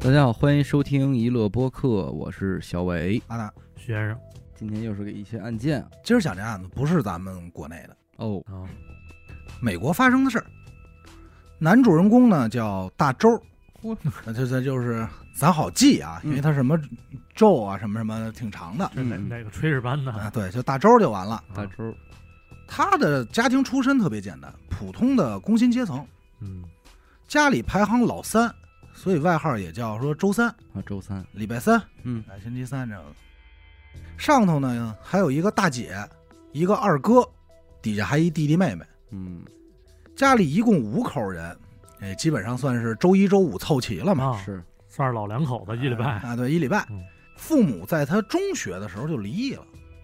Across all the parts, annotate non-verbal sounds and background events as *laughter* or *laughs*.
大家好，欢迎收听娱乐播客，我是小伟。阿南，徐先生今天又是个一些案件啊啊今儿讲这案子不是咱们国内的，哦， *laughs* 啊，美国发生的事儿。男主人公呢叫大周嚯，那这这就是咱好记啊，因为他什么周啊什么什么挺长的这哪嗯哪个炊事班啊，呢？啊对，就大周就完了。大周，他的家庭出身特别简单，普通的工薪阶层，嗯，家里排行老三，所以外号也叫说周三、啊，周三，礼拜三、嗯啊星期三这样的。上头呢还有一个大姐，一个二哥，底下还一弟弟妹妹。嗯，家里一共五口人，哎，基本上算是周一周五凑齐了嘛，啊，是，算是老两口子一礼拜，啊，对，一礼拜嗯。父母在他中学的时候就离异了，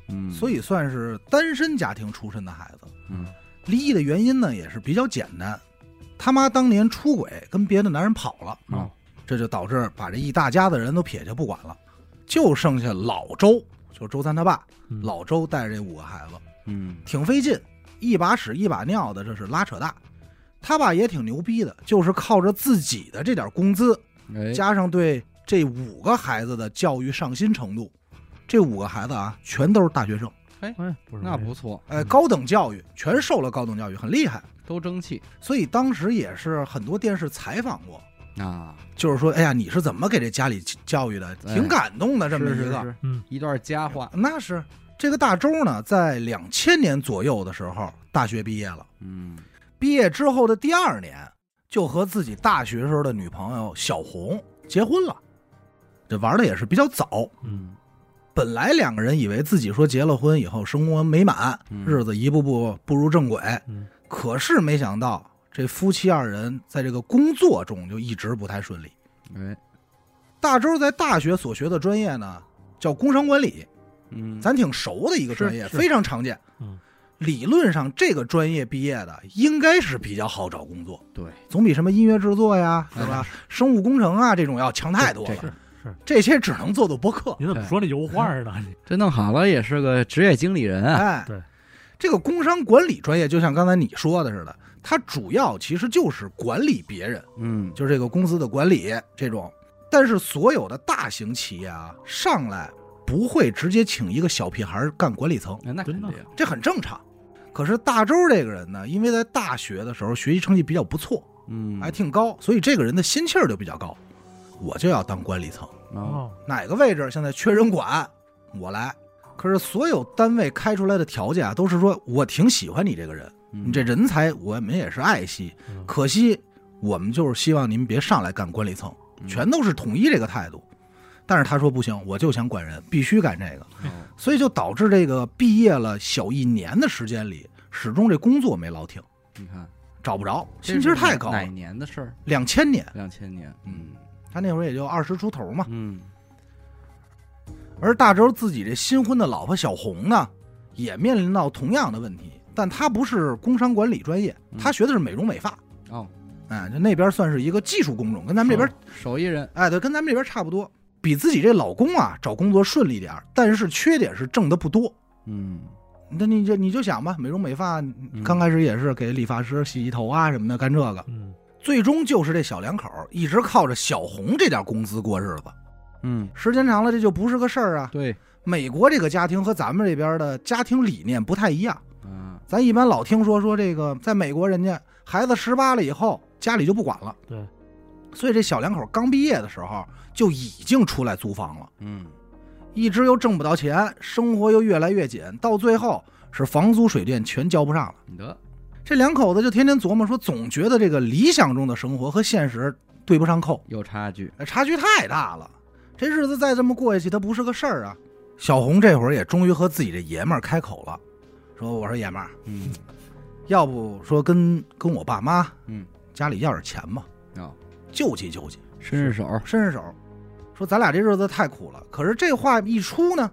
嗯，所以算是单身家庭出身的孩子。嗯离异的原因呢也是比较简单，他妈当年出轨跟别的男人跑了，哦，这就导致把这一大家子人都撇下不管了，就剩下老周，就是周三他爸，嗯老周带着这五个孩子。嗯挺费劲，一把屎一把尿的，这是拉扯淡。他爸也挺牛逼的，就是靠着自己的这点工资，哎，加上对这五个孩子的教育上心程度，这五个孩子啊，全都是大学生，哎，不是那不错，哎，嗯高等教育全受了高等教育，很厉害。都争气所以当时也是很多电视采访过，啊，就是说，哎呀，你是怎么给这家里教育的？哎挺感动的，这么一是个。是是，嗯，一段佳话，那是这个大周呢，在两千年左右的时候，大学毕业了。嗯，毕业之后的第二年，就和自己大学时候的女朋友小红结婚了。这玩的也是比较早，嗯，本来两个人以为自己说结了婚以后生活美满，嗯日子一步步步入正轨，嗯可是没想到这夫妻二人在这个工作中就一直不太顺利。哎，大周在大学所学的专业呢叫工商管理，嗯，咱挺熟的一个专业，是是非常常见。嗯，理论上这个专业毕业的应该是比较好找工作，对，总比什么音乐制作呀，是哎吧？生物工程啊这种要强太多这了。这个这些只能做做播客。你怎么说那油画呢？你这弄好了也是个职业经理人啊，哎，对，这个工商管理专业，就像刚才你说的似的，它主要其实就是管理别人，嗯，就是这个公司的管理这种。但是所有的大型企业啊，上来不会直接请一个小屁孩儿干管理层，哎那肯真的定，这很正常。可是大周这个人呢，因为在大学的时候学习成绩比较不错，嗯，还挺高，所以这个人的心气儿就比较高。我就要当管理层，哦，哦，哪个位置现在缺人管，我来。可是所有单位开出来的条件啊，都是说我挺喜欢你这个人，嗯你你这人才我们也是爱惜。嗯可惜我们就是希望您别上来干管理层，嗯全都是统一这个态度。但是他说不行，我就想管人，必须干这个。嗯所以就导致这个毕业了小一年的时间里，始终这工作没落停，你看，找不着，这心气儿是太高哪了。年的事儿？两千年，两千年，嗯他那会儿也就二十出头嘛。嗯，而大周自己这新婚的老婆小红呢，也面临到同样的问题，但她不是工商管理专业，嗯她学的是美容美发，哦，哎，就那边算是一个技术工种，跟咱们这边，手艺人，哎，对，跟咱们这边差不多。比自己这老公啊找工作顺利点儿，但是缺点是挣的不多。嗯，那你就你就想吧，美容美发嗯刚开始也是给理发师洗洗头啊什么的干这个，嗯，最终就是这小两口儿一直靠着小红这点工资过日子，嗯，时间长了这就不是个事儿啊。对，美国这个家庭和咱们这边的家庭理念不太一样。啊，咱一般老听说说这个，在美国人家孩子十八了以后，家里就不管了。对，所以这小两口刚毕业的时候就已经出来租房了，嗯，一直又挣不到钱，生活又越来越紧，到最后是房租水电全交不上了。你得，这两口子就天天琢磨说，总觉得这个理想中的生活和现实对不上扣，有差距，哎差距太大了。这日子再这么过下去，它不是个事儿啊。小红这会儿也终于和自己这爷们儿开口了，说：“我说爷们儿，嗯，要不说跟跟我爸妈，嗯，家里要点钱吧，哦，救济救济，伸伸手，伸伸手。”说咱俩这日子太苦了。可是这话一出呢，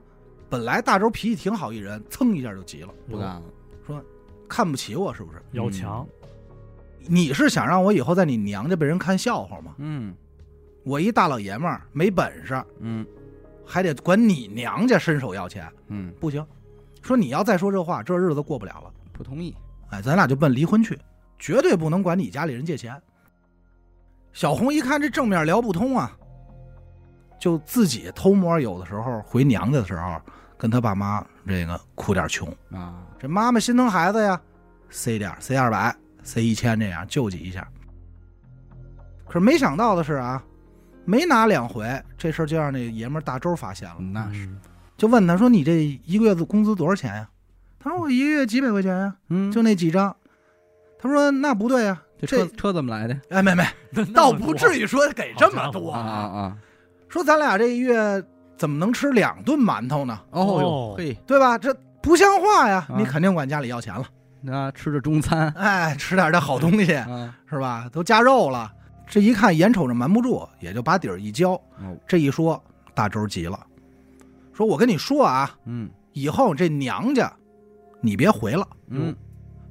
本来大周脾气挺好一人，噌一下就急了，不干了，嗯看不起我是不是？要强，你是想让我以后在你娘家被人看笑话吗？嗯我一大老爷们儿没本事，嗯还得管你娘家伸手要钱，嗯，不行。说你要再说这话，这日子过不了了。不同意，哎，咱俩就奔离婚去，绝对不能管你家里人借钱。小红一看这正面聊不通啊，就自己偷摸有的时候回娘家的时候，跟他爸妈这个哭点穷，啊，这妈妈心疼孩子呀，塞点儿塞二百，塞一千这样救济一下。可是没想到的是啊，没拿两回，这事儿就让那爷们儿大周发现了，那是，嗯就问他说：“你这一个月的工资多少钱呀？”他说：“我一个月几百块钱呀、嗯，就那几张。”他说：“那不对呀、这这车车怎么来的？哎，没没，那那倒么不多至于说给这么好家伙多啊啊啊！说咱俩这一月怎么能吃两顿馒头呢？哦哦哟，嘿，对吧？这不像话呀！啊你肯定管家里要钱了。那吃着中 *laughs* 餐哎，吃点这好东西啊，是吧？都加肉了，这一看眼瞅着瞒不住，也就把底儿一交。哦这一说，大周急了，说：“我跟你说啊，嗯以后这娘家你别回了，嗯，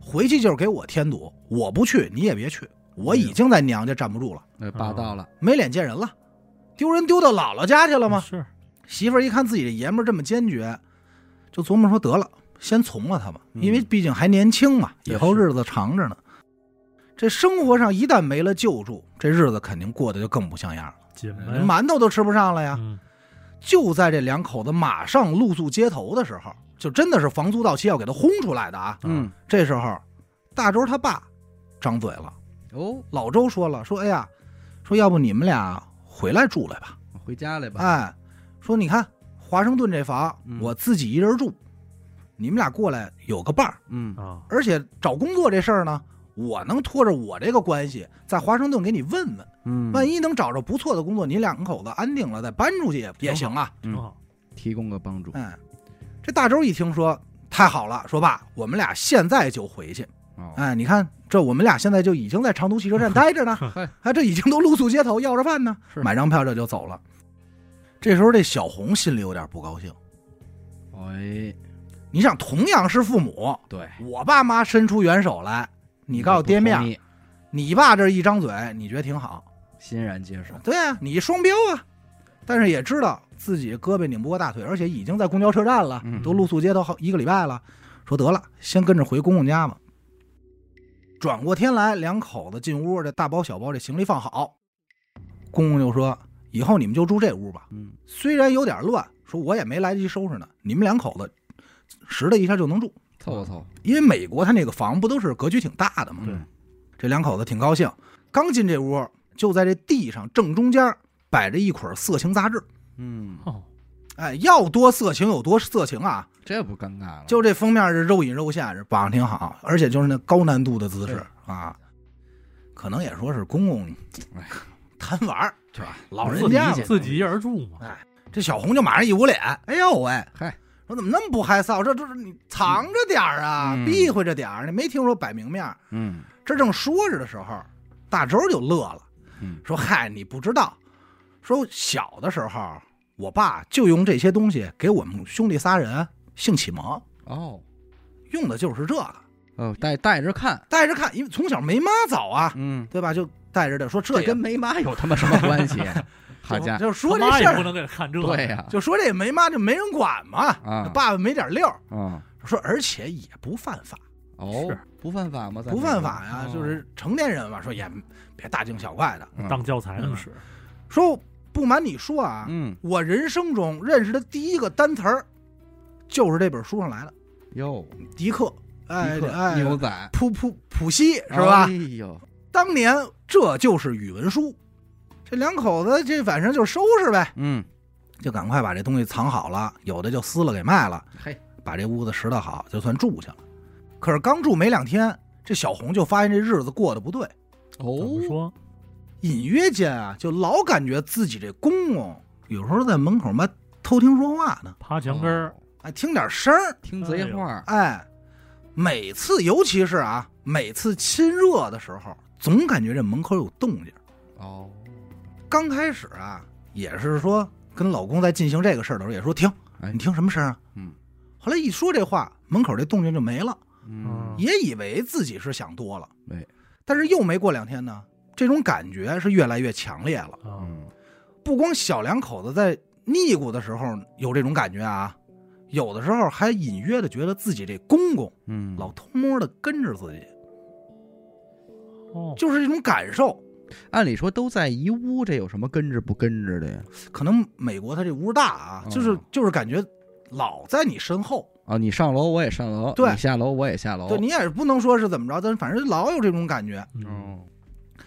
回去就是给我添堵，我不去你也别去，我哎已经在娘家站不住了，那呃啊霸道了，没脸见人了，丢人丢到姥姥家去了嗯吗？”是，媳妇儿一看自己这爷们儿这么坚决，就琢磨说得了，先从了他吧，嗯因为毕竟还年轻嘛，也以是后日子长着呢。这生活上一旦没了救助，这日子肯定过得就更不像样了，紧哎连门馒头都吃不上了呀。嗯，就在这两口子马上露宿街头的时候，就真的是房租到期要给他轰出来的啊。嗯这时候，大周他爸张嘴了，哦，老周说了，说哎呀，说要不你们俩回来住来吧。回家来吧，哎，说你看华盛顿这房，嗯我自己一人住，你们俩过来有个伴儿，嗯啊，而且找工作这事儿呢，我能拖着我这个关系在华盛顿给你问问，嗯，万一能找着不错的工作，你两口子安定了再搬出去也也行啊。嗯挺好，提供个帮助，哎，这大周一听说，太好了，说爸，我们俩现在就回去。哦，哎，你看这我们俩现在就已经在长途汽车站待着 *laughs* 呢嗨，哎，这已经都露宿街头要着饭呢，是买张票这就走了。这时候这小红心里有点不高兴。哎，你想，同样是父母，对，我爸妈伸出援手来，你告诉爹面儿，你你爸这一张嘴，你觉得挺好，欣然接受，对啊，你双标啊，但是也知道自己胳膊拧不过大腿，而且已经在公交车站了，嗯都露宿街头好一个礼拜了，说得了，先跟着回公公家吧。转过天来，两口子进屋，这大包小包这行李放好，公公就说：“以后你们就住这屋吧，嗯，虽然有点乱，说我也没来得及收拾呢，你们两口子拾掇一下就能住。”凑合凑合，嗯因为美国它那个房不都是格局挺大的嘛。对这两口子挺高兴，刚进这屋，就在这地上正中间摆着一捆色情杂志。嗯，哦，哎，要多色情有多色情啊！这不尴尬了，就这封面是肉隐肉现，是绑得挺好，而且就是那高难度的姿势啊。可能也说是公公哎 *laughs* 贪玩儿对吧？老人哦自己家嘛自己一人住嘛，这小红就马上一捂脸，哎呦喂，嗨，说怎么那么不害臊？这这这你藏着点儿啊，嗯避讳着点儿，你没听说摆明面儿？嗯，这正说着的时候，大周就乐了嗯，说：“嗨，你不知道，说小的时候，我爸就用这些东西给我们兄弟仨人性启蒙，哦用的就是这个。哦，带带着看，带着看，因为从小没妈早啊，嗯，对吧？就带着点说这这也跟没妈有他妈什么关 *laughs* 系？好家伙，就说这他妈事也不儿，能给他看这，对，呀，就说这没妈就没人管嘛，啊爸爸没点溜儿。”嗯，说，而且也不犯法，哦是，不犯法吗？在不美国犯法呀，哦就是成年人嘛。说也别大惊小怪的。嗯当教材呢嗯，是，说不瞒你说啊，嗯，我人生中认识的第一个单词儿，就是这本书上来的哟，迪克，哎迪克哎，牛仔普普普西是吧哎？呦，当年这就是语文书，这两口子这反正就收拾呗，嗯，就赶快把这东西藏好了，有的就撕了给卖了，嘿，把这屋子拾掇好，就算住下了。可是刚住没两天，这小红就发现这日子过得不对，怎么哦，说？隐约间啊，就老感觉自己这公公有时候在门口嘛偷听说话呢，爬墙根儿哦，哎，听点声儿。听贼话，哎，每次尤其是啊，每次亲热的时候，总感觉这门口有动静。哦，刚开始啊，也是说跟老公在进行这个事儿的时候，也说听，哎你听什么声啊？嗯。后来一说这话，门口这动静就没了，嗯，也以为自己是想多了。没，但是又没过两天呢，这种感觉是越来越强烈了。啊，嗯，不光小两口子在腻咕的时候有这种感觉啊，有的时候还隐约的觉得自己这公公嗯，老偷摸的跟着自己。哦，就是一种感受。按理说都在一屋，这有什么根治不根治的呀？可能美国它这屋大啊，就是嗯就是感觉老在你身后，啊，你上楼我也上楼，对你下楼我也下楼。对你也是不能说是怎么着，但是反正老有这种感觉，嗯，哦，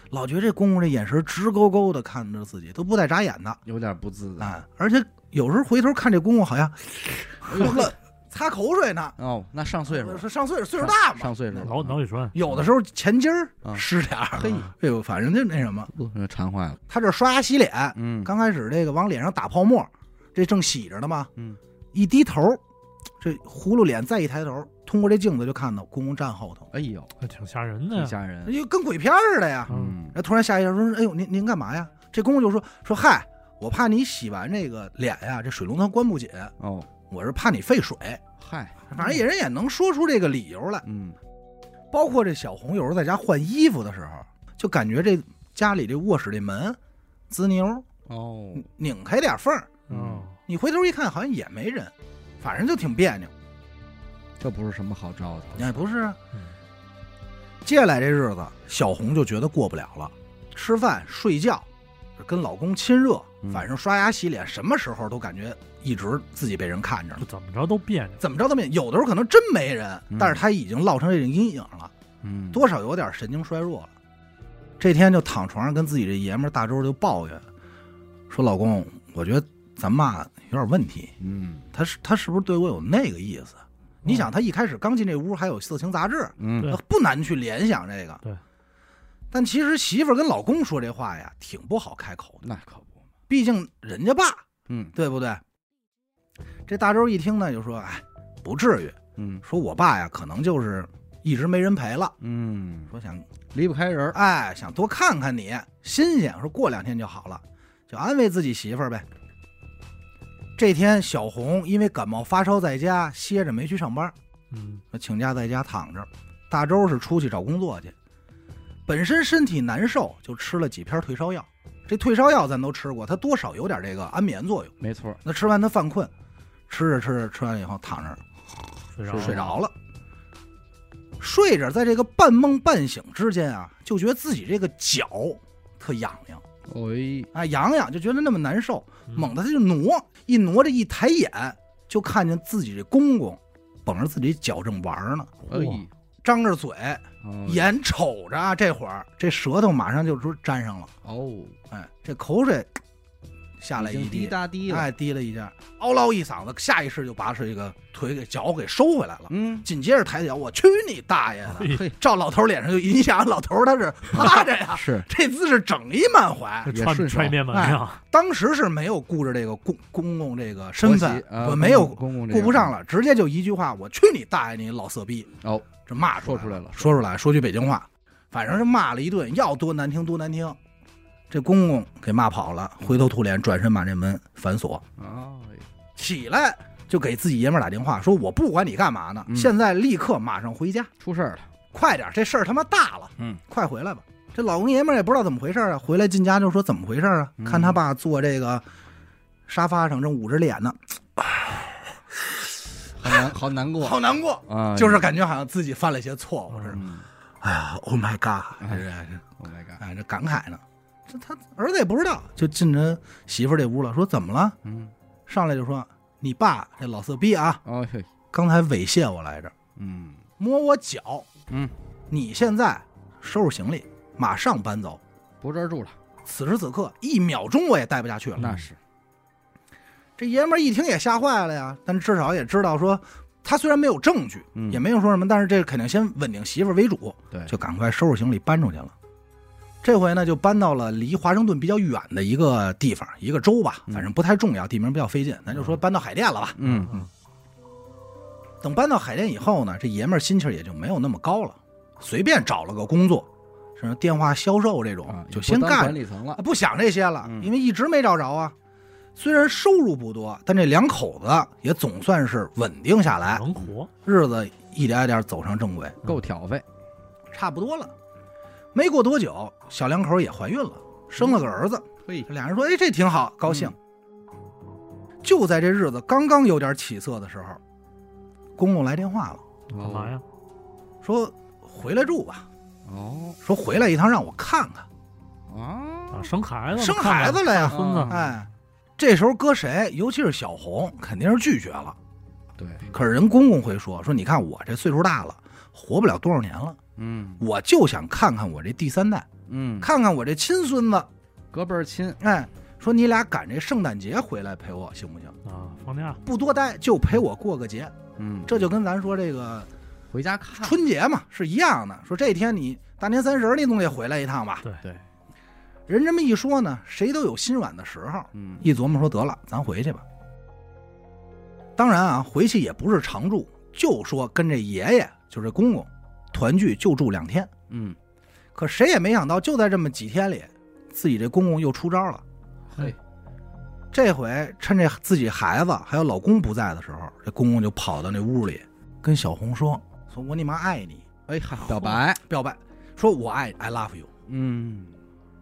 老觉得这公公这眼神直勾勾的看着自己，都不带眨眼的，有点不自在。哎，而且有时候回头看这公公好像 *laughs* 喝了擦口水呢，哦，那上哎岁数了，是上岁数岁数大嘛，上岁数了，脑脑血栓，有的时候前襟儿啊湿点儿，嘿，哎呦，反正就那什么，不馋坏了。他这刷牙洗脸，嗯，刚开始这个往脸上打泡沫，这正洗着呢嘛，嗯，一低头，这葫芦脸再一抬头，通过这镜子就看到公公站后头，哎呦，还挺吓人哎的挺呀。吓人。就跟鬼片儿似的呀。嗯然，后突然下一下说：“哎呦，您您干嘛呀？”这公公就说：“说嗨，我怕你洗完这个脸呀，这水龙头关不紧，哦，我是怕你费水。嗨，嗯反嗯正也人也能说出这个理由来。嗯，包括这小红有时候在家换衣服的时候，就感觉这家里这卧室这门滋扭哦，拧开点缝儿，嗯，你回头一看好像也没人，反正就挺别扭。这不是什么好招头。哎，不是啊嗯，接下来这日子，小红就觉得过不了了，吃饭、睡觉，跟老公亲热，嗯反正刷牙、洗脸，什么时候都感觉一直自己被人看着呢就。怎么着都别扭。怎么着都没，有的时候可能真没人嗯，但是她已经落成这种阴影了，嗯，多少有点神经衰弱了。这天就躺床上跟自己这爷们儿大周就抱怨，说：“老公，我觉得咱妈有点问题，嗯她是她是不是对我有那个意思？你想，她一开始刚进这屋还有色情杂志，嗯，对啊不难去联想这个。对，但其实媳妇儿跟老公说这话呀，挺不好开口的，那可不。毕竟人家爸，嗯对不对？这大周一听呢，就说：“哎，不至于，嗯说我爸呀，可能就是一直没人陪了，嗯，说想离不开人儿。哎想多看看你，新鲜，说过两天就好了，就安慰自己媳妇儿呗。”这天，小红因为感冒发烧在家歇着，没去上班。嗯，请假在家躺着。大周是出去找工作去，本身身体难受，就吃了几片退烧药。这退烧药咱都吃过，它多少有点这个安眠作用。没错，那吃完它犯困，吃着吃着吃完以后躺着睡着了睡着了，睡着在这个半梦半醒之间啊，就觉得自己这个脚特痒痒哎，啊，痒痒就觉得那么难受，嗯猛地他就挪，一挪这一抬眼就看见自己这公公绷着自己脚正玩儿呢，哎，张着嘴哦眼瞅着啊，这会儿这舌头马上就说粘上了，哦，哎，这口水下来已一经滴滴，答滴了。哎，滴了一下，嗷唠一嗓子，下意识就把这个腿给脚给收回来了。嗯，哎紧接着抬脚，我去你大爷的！ *laughs* 嘿嘿，，照老头脸上就一下，老头他是趴着呀 *laughs* 是这姿势整一 *laughs* 满怀。这也踹顺手踹面门呀，当时是没有顾着这个公公公这个身份国籍，啊我没有公公公这顾不个上了，直接就一句话：“我去你大爷你老色逼！”哦，这骂说出出来来了说出来，说句北京话，反正是骂了一顿，要多难听多难听。这公公给骂跑了，灰头土脸，转身把这门反锁，啊，起来就给自己爷们儿打电话，说我不管你干嘛呢，嗯现在立刻马上回家，出事儿了。快点儿，这事儿他妈大了，嗯，快回来吧。这老公爷们儿也不知道怎么回事儿啊，回来进家就说怎么回事儿啊？嗯看他爸坐这个沙发上正捂着脸呢，好难，好难过好难过，啊，就是感觉好像自己犯了一些错误似的。嗯哎呀，Oh my god！哎这是，Oh my god，哎，这感慨呢。这他儿子也不知道，就进人媳妇儿这屋了，说怎么了？嗯，上来就说你爸这老色逼啊，哦嘿，刚才猥亵我来着，嗯摸我脚，嗯，你现在收拾行李，马上搬走。不这儿住了，此时此刻，一秒钟我也待不下去了。那是，这爷们儿一听也吓坏了呀，但至少也知道说，他虽然没有证据，嗯也没有说什么，但是这肯定先稳定媳妇儿为主，对，就赶快收拾行李搬出去了。这回呢，就搬到了离华盛顿比较远的一个地方，一个州吧，嗯反正不太重要，地名比较费劲，咱就说搬到海淀了吧。嗯嗯等搬到海淀以后呢，这爷们儿心气儿也就没有那么高了，随便找了个工作，什么电话销售这种，啊，就也不先当干管，理层了啊，不想这些了，嗯因为一直没找着啊。虽然收入不多，但这两口子也总算是稳定下来，能活，日子一点一点走上正轨。够挑费，嗯差不多了。没过多久，小两口也怀孕了，生了个儿子。嘿，这俩人说：“哎，这挺好，高兴。就在这日子刚刚有点起色的时候，公公来电话了，干哦嘛呀？说：“回来住吧。”哦说：“回来一趟，让我看看。哦啊，生孩子了，生孩子了呀看啊着孙子，哎，这时候搁谁，尤其是小红，肯定是拒绝了。对，可是人公公会说说，你看我这岁数大了，活不了多少年了，嗯我就想看看我这第三代，嗯，看看我这亲孙子。隔辈儿亲，哎，说你俩赶这圣诞节回来陪我行不行？啊，放假不多待，就陪我过个节。嗯，这就跟咱说这个回家看，春节嘛是一样的。说这天你大年三十儿你总得回来一趟吧？对对。人这么一说呢，谁都有心软的时候。嗯一琢磨说得了，咱回去吧。当然啊，回去也不是常住，就说跟这爷爷，就这公公团聚，就住两天。嗯，可谁也没想到，就在这么几天里，自己这公公又出招了。嘿，这回趁这自己孩子还有老公不在的时候，这公公就跑到那屋里跟小红说：“说我你妈爱你，哎嗨，表白，表白，说我爱你，I love you，嗯，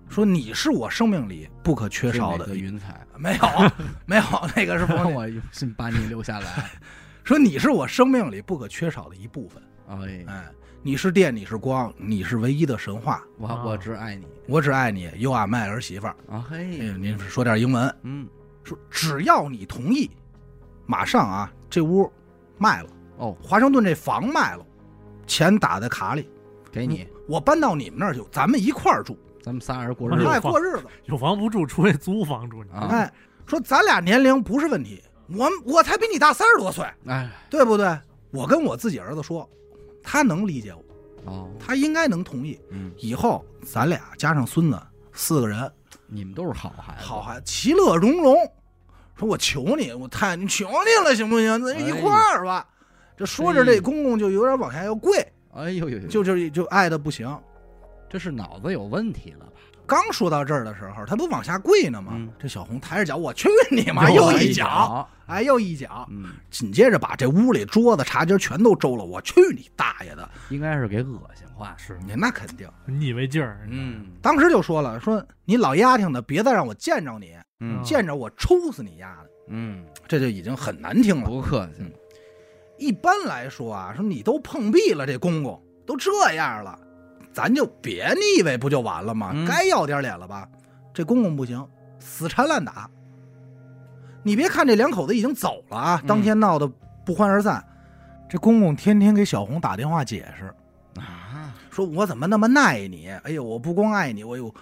说你是我生命里不可缺少是哪的个。”云 *laughs* 彩，没有，没有，那个是 *laughs* 不让我用心把你留下 *laughs* 来。说你是我生命里不可缺少的一部分。哎，哎，你是电，你是光，你是唯一的神话。我啊我只爱你我只爱你，You are my 儿媳妇儿。啊嘿哎，，您说点英文，嗯说只要你同意，马上啊，这屋卖了，哦，华盛顿这房卖了，钱打在卡里，给你，我搬到你们那儿去，咱们一块儿住，咱们仨人过日哎子呦爱过日子。有房不住，出去租房住，你知道啊吗哎，说咱俩年龄不是问题，我我才比你大三十多岁，哎，对不对？我跟我自己儿子说，他能理解我，哦，他应该能同意。嗯，以后咱俩加上孙子，四个人，你们都是好孩子，好孩子，其乐融融。说我求你，我太你求你了，行不行？咱一块儿吧。这说着，哎这公公就有点往下要跪，哎呦呦呦，就就就爱的不行。这是脑子有问题了吧？刚说到这儿的时候，他不往下跪呢吗？嗯这小红抬着脚，我去你妈！又又来一一脚，脚，哎，又一脚。嗯，紧接着把这屋里桌子、茶几全都周了。我去你大爷的！应该是给恶心坏了，是你那肯定，腻味劲儿，你知道吗，嗯当时就说了，说你老丫挺的，别再让我见着你，啊嗯见着我抽死你丫的！嗯，这就已经很难听了。不客气，一般来说啊，说你都碰壁了，这公公都这样了，咱就别腻歪不就完了吗？嗯该要点脸了吧？这公公不行，死缠烂打。你别看这两口子已经走了啊，嗯当天闹得不欢而散，这公公天天给小红打电话解释， *laughs* 啊，说我怎么那么爱你？哎呦，我不光爱你，我有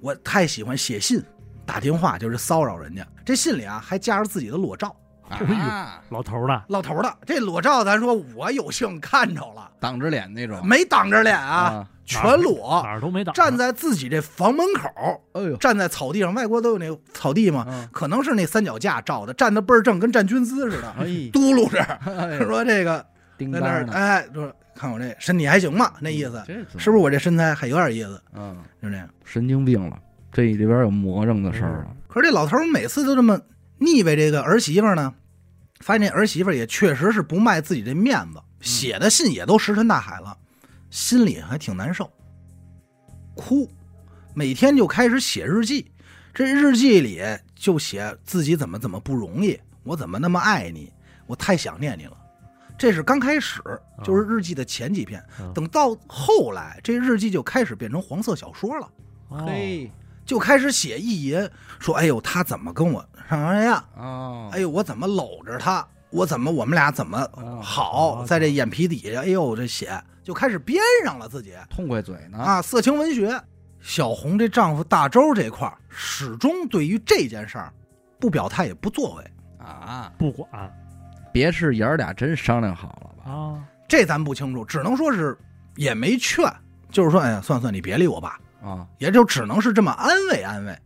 我太喜欢写信、打电话，就是骚扰人家。这信里啊还夹着自己的裸照，啊，老头儿的，老头儿的这裸照，咱说我有幸看着了。挡着脸那种没挡着脸啊，，全哪裸，儿都没挡，站在自己这房门口，哎呦，站在草地上。外国都有那草地嘛，嗯可能是那三脚架照的，站得倍儿正，跟站军姿似的，哎，嘟噜 *laughs* 着哎说这个叮在那当儿，呢，哎，说看我这身体还嗯行吧，那意思这怎么是不是？我这身材还有点意思？嗯，就这样。神经病了，这里边有魔怔的事儿了，可是这老头儿每次都这么腻歪这个儿媳妇儿呢，发现这儿媳妇儿也确实是不卖自己这面子，写的信也都石沉大海了，心里还挺难受，哭，每天就开始写日记，这日记里就写自己怎么怎么不容易，我怎么那么爱你，我太想念你了。这是刚开始，就是日记的前几篇。嗯等到后来，这日记就开始变成黄色小说了。哦，嗯嘿，就开始写意淫，说：“哎呦，他怎么跟我上床呀？哦，哎呦，我怎么搂着他？我怎么我们俩怎么哦好？哦在这眼皮底下，哎呦，这写就开始编上了自己痛快嘴呢，啊，色情文学。”小红这丈夫大周这块儿始终对于这件事儿不表态也不作为，啊，不管别是爷儿俩真商量好了吧？啊，这咱不清楚，只能说是也没劝，就是说，哎呀，算算你别理我吧，啊，也就只能是这么安慰安慰。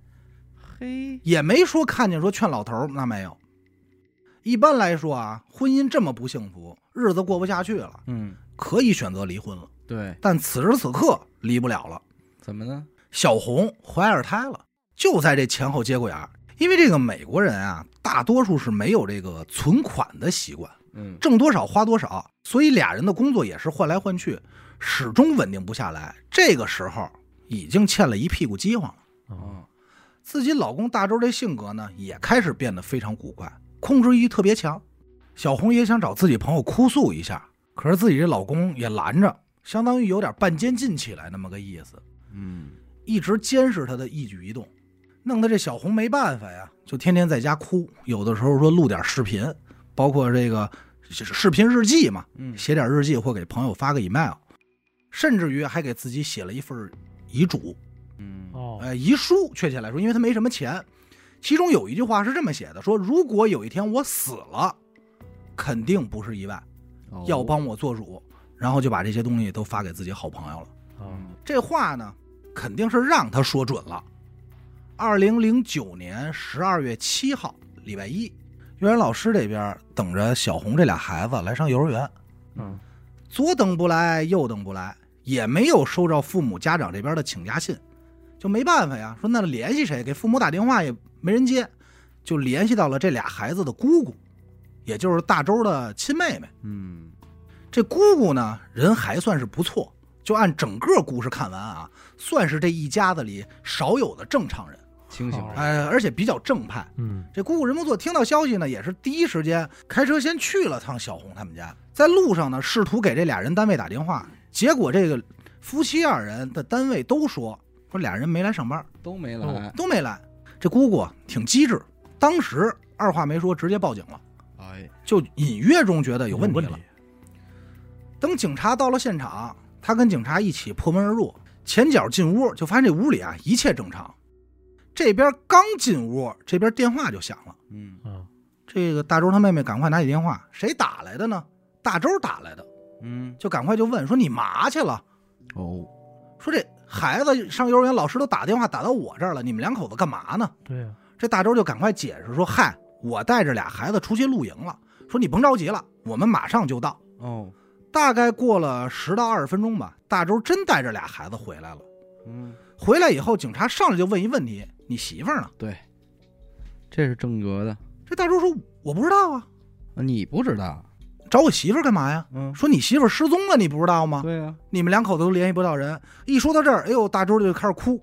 嘿，也没说看见说劝老头儿，那没有。一般来说啊，婚姻这么不幸福，日子过不下去了，嗯，可以选择离婚了。对，但此时此刻离不了了，怎么呢？小红怀二胎了，就在这前后节骨眼儿。因为这个美国人啊，大多数是没有这个存款的习惯，嗯，挣多少花多少，所以俩人的工作也是换来换去，始终稳定不下来。这个时候已经欠了一屁股饥荒了。嗯哦，自己老公大周这性格呢，也开始变得非常古怪，控制欲特别强。小红也想找自己朋友哭诉一下，可是自己这老公也拦着，相当于有点半监禁起来那么个意思，嗯，一直监视她的一举一动。弄得这小红没办法呀，就天天在家哭，有的时候说录点视频，包括这个视视频日记嘛，嗯写点日记或给朋友发个 email，甚至于还给自己写了一份遗嘱，嗯哦，呃，遗书，确切来说，因为他没什么钱。其中有一句话是这么写的：说如果有一天我死了，肯定不是意外，哦要帮我做主。然后就把这些东西都发给自己好朋友了。嗯哦这话呢，肯定是让他说准了。二零零九年十二月七号，礼拜一，幼儿园老师这边等着小红这俩孩子来上幼儿园，嗯，左等不来，右等不来，也没有收着父母家长这边的请假信，就没办法呀。说那联系谁？给父母打电话也没人接，就联系到了这俩孩子的姑姑，也就是大周的亲妹妹。嗯这姑姑呢，人还算是不错，就按整个故事看完啊，算是这一家子里少有的正常人，清醒着，呃，而且比较正派。嗯，这姑姑人不错，听到消息呢，也是第一时间开车先去了趟小红他们家，在路上呢，试图给这俩人单位打电话，结果这个夫妻二人的单位都说说俩人没来上班，都没来。都没来。这姑姑啊挺机智，当时二话没说直接报警了，哎，就隐约中觉得有有问题问了。等警察到了现场，他跟警察一起破门而入，前脚进屋就发现这屋里啊一切正常。这边刚进屋，这边电话就响了。嗯嗯，这个大周他妹妹赶快拿起电话，谁打来的呢？大周打来的，嗯，就赶快就问说你嘛去了？哦，说这孩子上幼儿园，老师都打电话打到我这儿了，你们两口子干嘛呢？对啊呀，这大周就赶快解释说，嗨，我带着俩孩子出去露营了。说你甭着急了，我们马上就到。哦，大概过了十到二十分钟吧，大周真带着俩孩子回来了。嗯，回来以后，警察上来就问一问题：“你媳妇儿呢对，这是正格的，？”这大周说：“我不知道啊，啊你不知道？找我媳妇儿干嘛呀？”嗯，说：“你媳妇儿失踪了，你不知道吗？对呀，你们两口子都联系不到人。”一说到这儿，哎呦，大周就开始哭，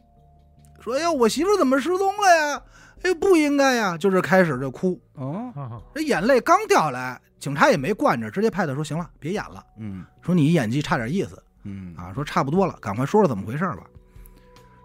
说：“哎呦，我媳妇儿怎么失踪了呀？哎呦，不应该呀！”就是开始就哭，哦，啊，这眼泪刚掉下来，警察也没惯着，直接拍他说：“行了，别演了，嗯说你演技差点意思。”嗯，啊，说差不多了，赶快说说怎么回事吧。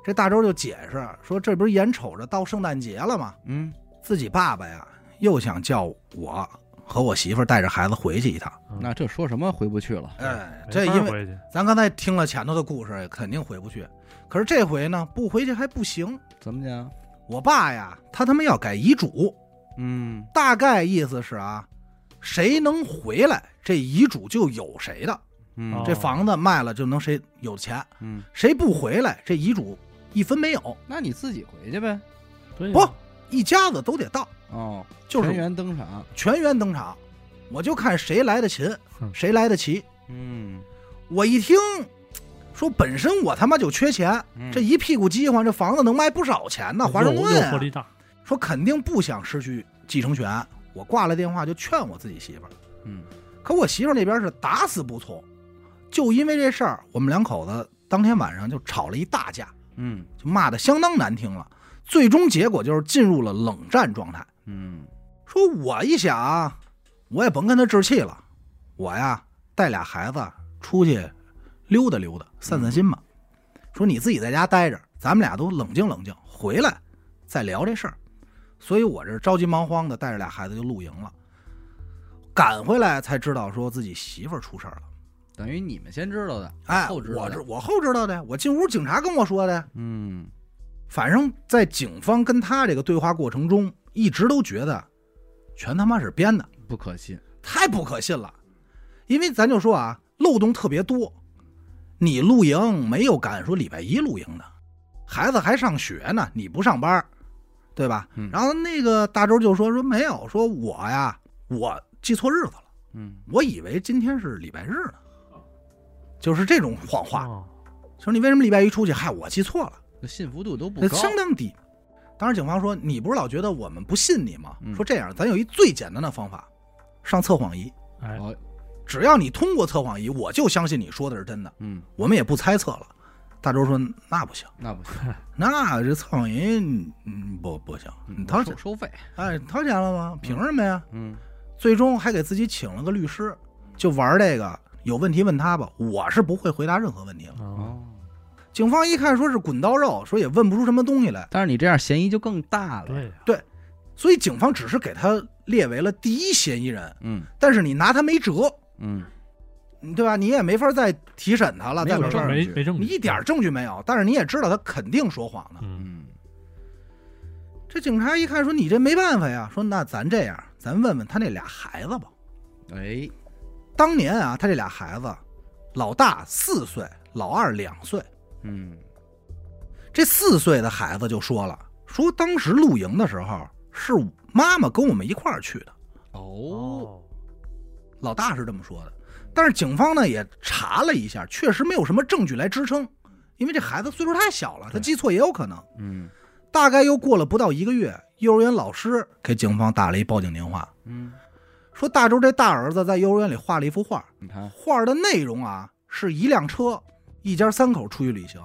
这大周就解释说，这不是眼瞅着到圣诞节了吗？嗯，自己爸爸呀，又想叫我和我媳妇儿带着孩子回去一趟。那这说什么回不去了？哎，没这法因为回去咱刚才听了前头的故事，肯定回不去。可是这回呢，不回去还不行。怎么讲？我爸呀，他他妈要改遗嘱，嗯，大概意思是啊，谁能回来，这遗嘱就有谁的。嗯哦这房子卖了就能谁有钱，嗯，谁不回来，这遗嘱一分没有。那你自己回去呗。对啊呀不一家子都得到，哦，就是全员登场。全员登场，我就看谁来的勤，嗯谁来的齐。嗯，我一听说，本身我他妈就缺钱，嗯这一屁股饥荒，这房子能卖不少钱呢。华盛诱顿惑啊力大，说肯定不想失去继承权，我挂了电话就劝我自己媳妇儿，嗯可我媳妇儿那边是打死不从，就因为这事儿，我们两口子当天晚上就吵了一大架，嗯就骂的相当难听了，最终结果就是进入了冷战状态。嗯说我一想，我也甭跟他置气了，我呀带俩孩子出去溜达溜达，散散心吧。说你自己在家待着，咱们俩都冷静冷静，回来再聊这事儿。所以我这着急忙慌的带着俩孩子就露营了，赶回来才知道说自己媳妇儿出事儿了。等于你们先知道的。哎，后知道我的知我后知道的，我进屋警察跟我说的。嗯反正，在警方跟他这个对话过程中，一直都觉得全他妈是编的。不可信。太不可信了。因为咱就说啊，漏洞特别多。你露营没有敢说礼拜一露营的，孩子还上学呢，你不上班，对吧？嗯然后那个大周就说说没有，说我呀，我记错日子了，嗯我以为今天是礼拜日呢，就是这种谎话。哦说你为什么礼拜一出去？嗨，我记错了。这信服度都不那高。相当低。当时警方说：“你不是老觉得我们不信你吗？嗯说这样，咱有一最简单的方法，上测谎仪。哎，哦，只要你通过测谎仪，我就相信你说的是真的，嗯，我们也不猜测了。”大周说：“那不行，那 *laughs* 不行，那这测谎仪，嗯，不不行，你嗯掏钱收，收费。哎，掏钱了吗？凭什么呀？嗯最终还给自己请了个律师，就玩这个，有问题问他吧，我是不会回答任何问题了。哦，哦，警方一看说是滚刀肉，说也问不出什么东西来，但是你这样嫌疑就更大了。对呀，所以警方只是给他列为了第一嫌疑人，嗯但是你拿他没辙，嗯，嗯对吧？你也没法再提审他了，没再有没证法据没没证你据，一点证据没有，但是你也知道他肯定说谎呢。嗯，嗯这警察一看说你这没办法呀，说那咱这样，咱问问他那俩孩子吧。哎，当年啊，他这俩孩子，老大四岁，老二两岁。嗯这四岁的孩子就说了，说当时露营的时候是妈妈跟我们一块儿去的，嗯哦，哦，老大是这么说的。但是警方呢也查了一下，确实没有什么证据来支撑，因为这孩子岁数太小了，他对记错也有可能。嗯大概又过了不到一个月，幼儿园老师给警方打了一报警电话，嗯，说大周这大儿子在幼儿园里画了一幅画，你看，画儿的内容啊是一辆车，一家三口出去旅行，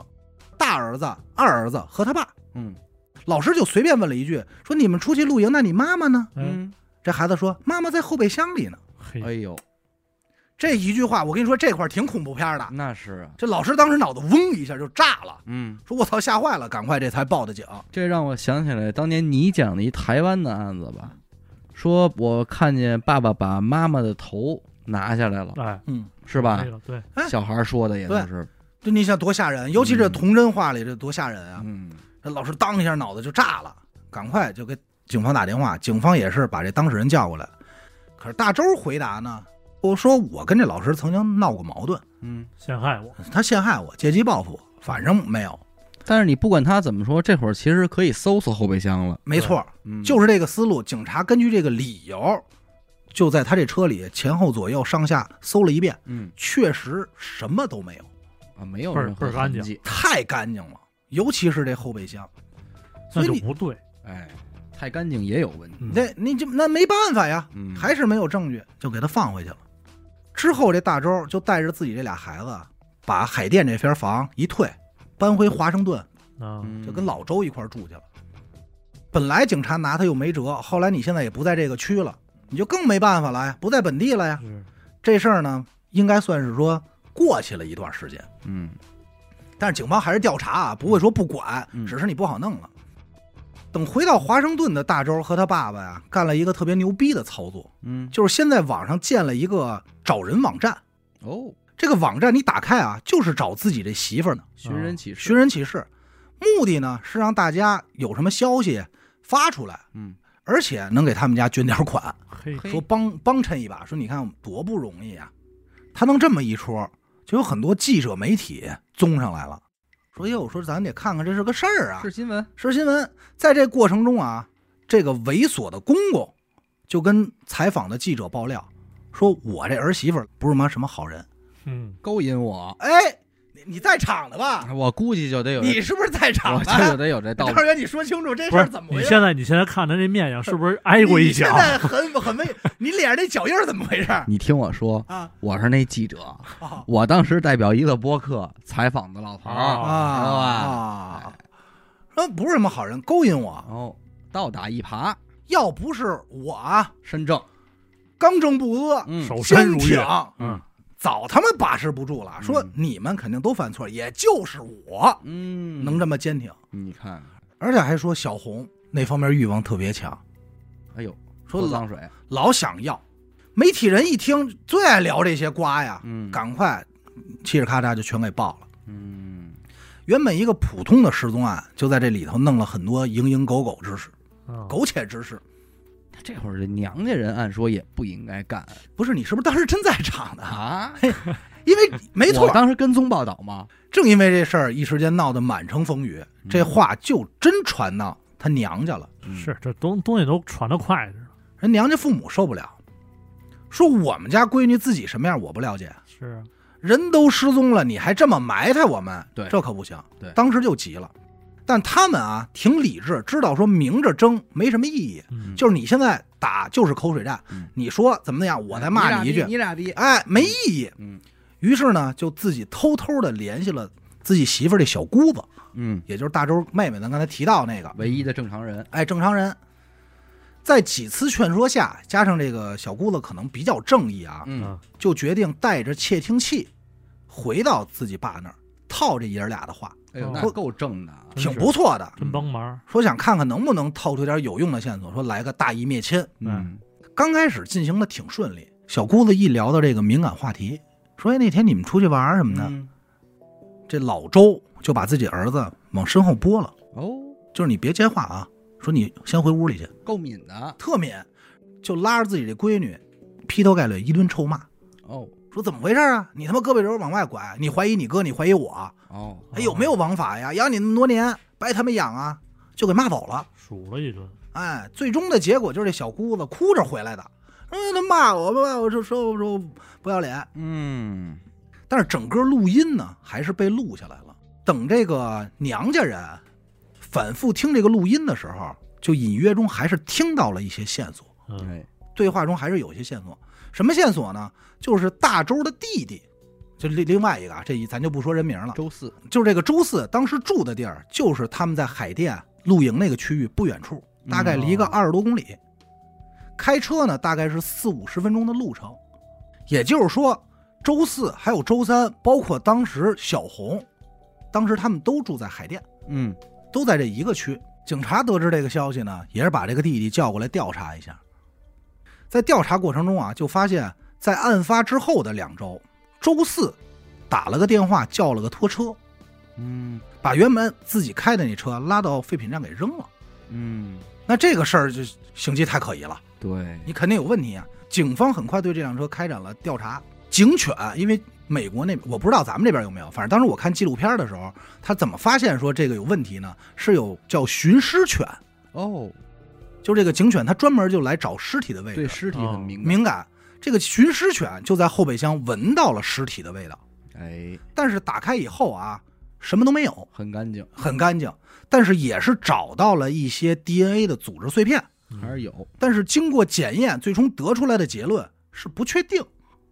大儿子、二儿子和他爸。嗯老师就随便问了一句，说你们出去露营，那你妈妈呢？嗯，嗯，这孩子说妈妈在后备箱里呢。哎嘿，呦，这一句话，我跟你说，这块儿挺恐怖片儿的。那是啊，这老师当时脑子嗡一下就炸了，嗯，说我操，吓坏了，赶快这才报的警。这让我想起来当年你讲的一台湾的案子吧，说我看见爸爸把妈妈的头拿下来了，哎，嗯，是吧那？个对，哎小孩说的也都是，这你想多吓人，尤其这嗯童真话里这多吓人啊！嗯这老师当一下脑子就炸了，赶快就给警方打电话。警方也是把这当事人叫过来，可是大周回答呢，我说我跟这老师曾经闹过矛盾，嗯。陷害我，他陷害我，借机报复我，反正没有，但是你不管他怎么说，这会儿其实可以搜搜后备箱了，没错，嗯，就是这个思路。警察根据这个理由，就在他这车里前后左右上下搜了一遍，嗯确实什么都没有，啊，没有倍儿任何倍儿干净痕迹，太干净了，尤其是这后备箱。所那以就你不对，哎，太干净也有问题，嗯那你就那没办法呀，嗯，还是没有证据，就给他放回去了。之后，这大周就带着自己这俩孩子，把海淀这间房一退，搬回华盛顿，啊，嗯就跟老周一块儿住去了。本来警察拿他又没辙，后来你现在也不在这个区了，你就更没办法了呀，不在本地了呀。是，这事儿呢，应该算是说过去了一段时间，嗯但是警方还是调查啊，不会说不管嗯，只是你不好弄了。等回到华盛顿的大周和他爸爸呀，干了一个特别牛逼的操作，嗯就是先在网上建了一个找人网站。哦，这个网站你打开啊，就是找自己这媳妇儿呢，寻人启事，寻人启事，目的呢是让大家有什么消息发出来，嗯，而且能给他们家捐点款，嘿，嘿说帮帮衬一把，说你看我们多不容易啊，他弄这么一出，就有很多记者媒体综上来了，说哟，说咱得看看这是个事儿啊，是新闻，是新闻。在这过程中啊，这个猥琐的公公就跟采访的记者爆料说：“我这儿媳妇儿不是嘛什么好人。嗯，勾引我”，哎，你你在场的吧？我估计就得有这，你是不是在场我就的？得有这道当 *laughs* 理，然，你说清楚这事不儿是怎，么你回事？现在你现在看他这面相是不是挨过你一现脚？在很很没，你脸上那脚印儿怎么回事儿你听我说，啊？我是那记者，啊我当时代表娱乐播客采访的老头啊儿，哦哎啊！说不是什么好人，勾引我。然后倒打一耙，要不是我啊身正，刚正不阿，嗯，手伸坚如玉挺，，嗯早他妈把持不住了，说嗯你们肯定都犯错，也就是我嗯，能这么坚挺，你看看，而且还说小红那方面欲望特别强，哎呦，说泼老脏水，老想要。媒体人一听最爱聊这些瓜呀，嗯，赶快嘁哩咔嚓就全给爆了。嗯，原本一个普通的失踪案，就在这里头弄了很多蝇营狗苟之事、嗯苟且之事。这会儿这娘家人按说也不应该干不是你是不是当时真在场的？啊？啊，因为没我错，当时跟踪报道嘛，正因为这事儿一时间闹得满城风雨，这话就真传到他娘家了。嗯是，这东东西都传得快着呢，人娘家父母受不了，说我们家闺女自己什么样我不了解，是啊，人都失踪了，你还这么埋汰我们，对这可不行。对当时就急了，但他们啊挺理智，知道说明着争没什么意义，嗯，就是你现在打就是口水战，嗯你说怎么样，我再骂你一句，俩逼你俩逼，哎，没意义。嗯于是呢，就自己偷偷的联系了自己媳妇儿这小姑子，嗯，也就是大周妹妹，咱刚才提到那个，唯一的正常人，哎，正常人，在几次劝说下，加上这个小姑子可能比较正义啊，嗯啊就决定带着窃听器回到自己爸那儿，套这爷儿俩的话，哎呦，哦那够正的啊！挺不错的。真帮忙，说想看看能不能套出点有用的线索，说来个大义灭亲。嗯刚开始进行的挺顺利，小姑子一聊到这个敏感话题，说：“哎，那天你们出去玩儿什么的，嗯这老周就把自己儿子往身后拨了，哦，就是你别接话啊，说你先回屋里去。够敏的”特敏就拉着自己这闺女，劈头盖脸一顿臭骂，哦说：“怎么回事啊？你他妈胳膊肘往外拐，你怀疑你哥，你怀疑我，哦，还哎有没啊有王法呀？养你那么多年，白他妈养啊！”就给骂走了。数了一顿，哎，最终的结果就是这小姑子哭着回来的，说他骂我骂我，说说说不要脸。嗯但是整个录音呢，还是被录下来了。等这个娘家人反复听这个录音的时候，就隐约中还是听到了一些线索，嗯，哎对话中还是有一些线索。什么线索呢？就是大周的弟弟，就另另外一个啊，这一咱就不说人名了，周四就是这个周四当时住的地儿，就是他们在海淀露营那个区域不远处，大概离个嗯哦二十多公里。开车呢，大概是四五十分钟的路程。也就是说，周四还有周三，包括当时小红，当时他们都住在海淀，嗯都在这一个区。警察得知这个消息呢，也是把这个弟弟叫过来调查一下。在调查过程中啊，就发现，在案发之后的两周，周四打了个电话叫了个拖车，嗯把原本自己开的那车拉到废品站给扔了。嗯，那这个事儿就行迹太可疑了，对，你肯定有问题啊！警方很快对这辆车开展了调查。警犬，因为美国那边我不知道咱们这边有没有，反正当时我看纪录片的时候，他怎么发现说这个有问题呢？是有叫寻尸犬，哦，就这个警犬它专门就来找尸体的味对哦道，尸体很敏感，敏感。这个寻尸犬就在后备箱闻到了尸体的味道，哎，但是打开以后啊，什么都没有。很干净，很干净，但是也是找到了一些 DNA 的组织碎片，还是有，有，但是经过检验，最终得出来的结论是不确定。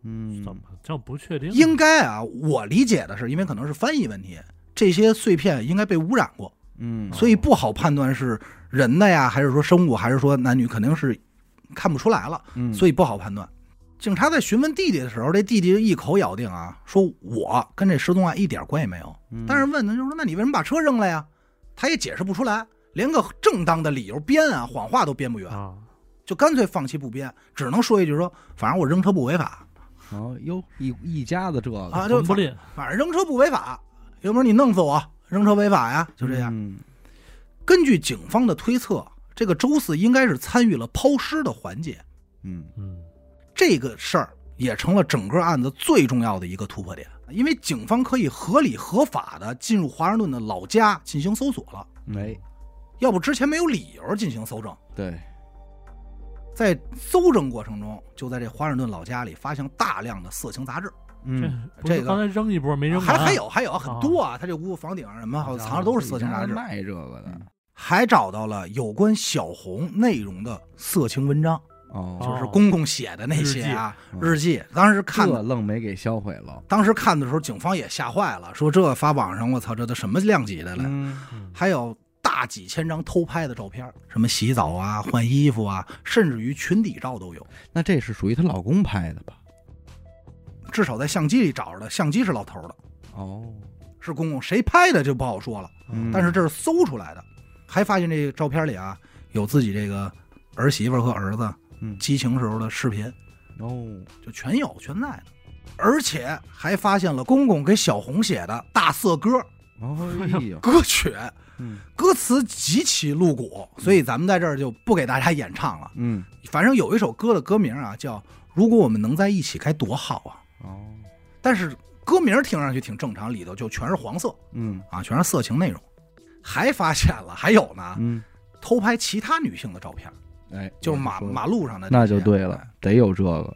嗯，怎么叫不确定？应该啊，我理解的是，因为可能是翻译问题，这些碎片应该被污染过，嗯，所以不好判断是人的呀，还是说生物，还是说男女，肯定是看不出来了，嗯，所以不好判断。警察在询问弟弟的时候，这弟弟就一口咬定啊，说我跟这失踪案一点关系没有。嗯但是问他就说：“那你为什么把车扔了呀？”他也解释不出来，连个正当的理由编啊，谎话都编不圆，啊，就干脆放弃不编，只能说一句说：“反正我扔车不 *laughs* 违法哦哟，一一家子这个啊，就魂不反吝，反正扔车不违法，要不然你弄死我，扔车违法呀，就这样。嗯根据警方的推测，这个周四应该是参与了抛尸的环节，嗯嗯，这个事儿也成了整个案子最重要的一个突破点，因为警方可以合理合法的进入华盛顿的老家进行搜索了，哎，要不之前没有理由进行搜证。对，在搜证过程中，就在这华盛顿老家里发现大量的色情杂志，这嗯，不是这个刚才扔一波没扔还完，还有还有很多啊，他这屋房顶上什么好像藏着都是色情杂人志，卖这个的，还找到了有关小红内容的色情文章，哦，就是公公写的那些啊哦日记，当时看这的。愣没给销毁了，当时看的时候，警方也吓坏了，说这发网上，我操，这都什么量级的了？嗯，嗯还有大几千张偷拍的照片，什么洗澡啊、换衣服啊，甚至于裙底照都有。那这是属于她老公拍的吧？至少在相机里找着的，相机是老头的，哦，是公公，谁拍的就不好说了。嗯但是这是搜出来的，还发现这个照片里啊有自己这个儿媳妇儿和儿子嗯激情时候的视频，哦，就全有全在呢。而且还发现了公公给小红写的大色歌哦，哎呦，歌曲， *laughs* 嗯歌词极其露骨，所以咱们在这儿就不给大家演唱了。嗯，反正有一首歌的歌名啊叫《如果我们能在一起该多好啊哦，》，但是歌名听上去挺正常，里头就全是黄色嗯啊，全是色情内容。还发现了，还有呢，嗯，偷拍其他女性的照片，哎，就是我马说马路上的。那就对了。，得有这个，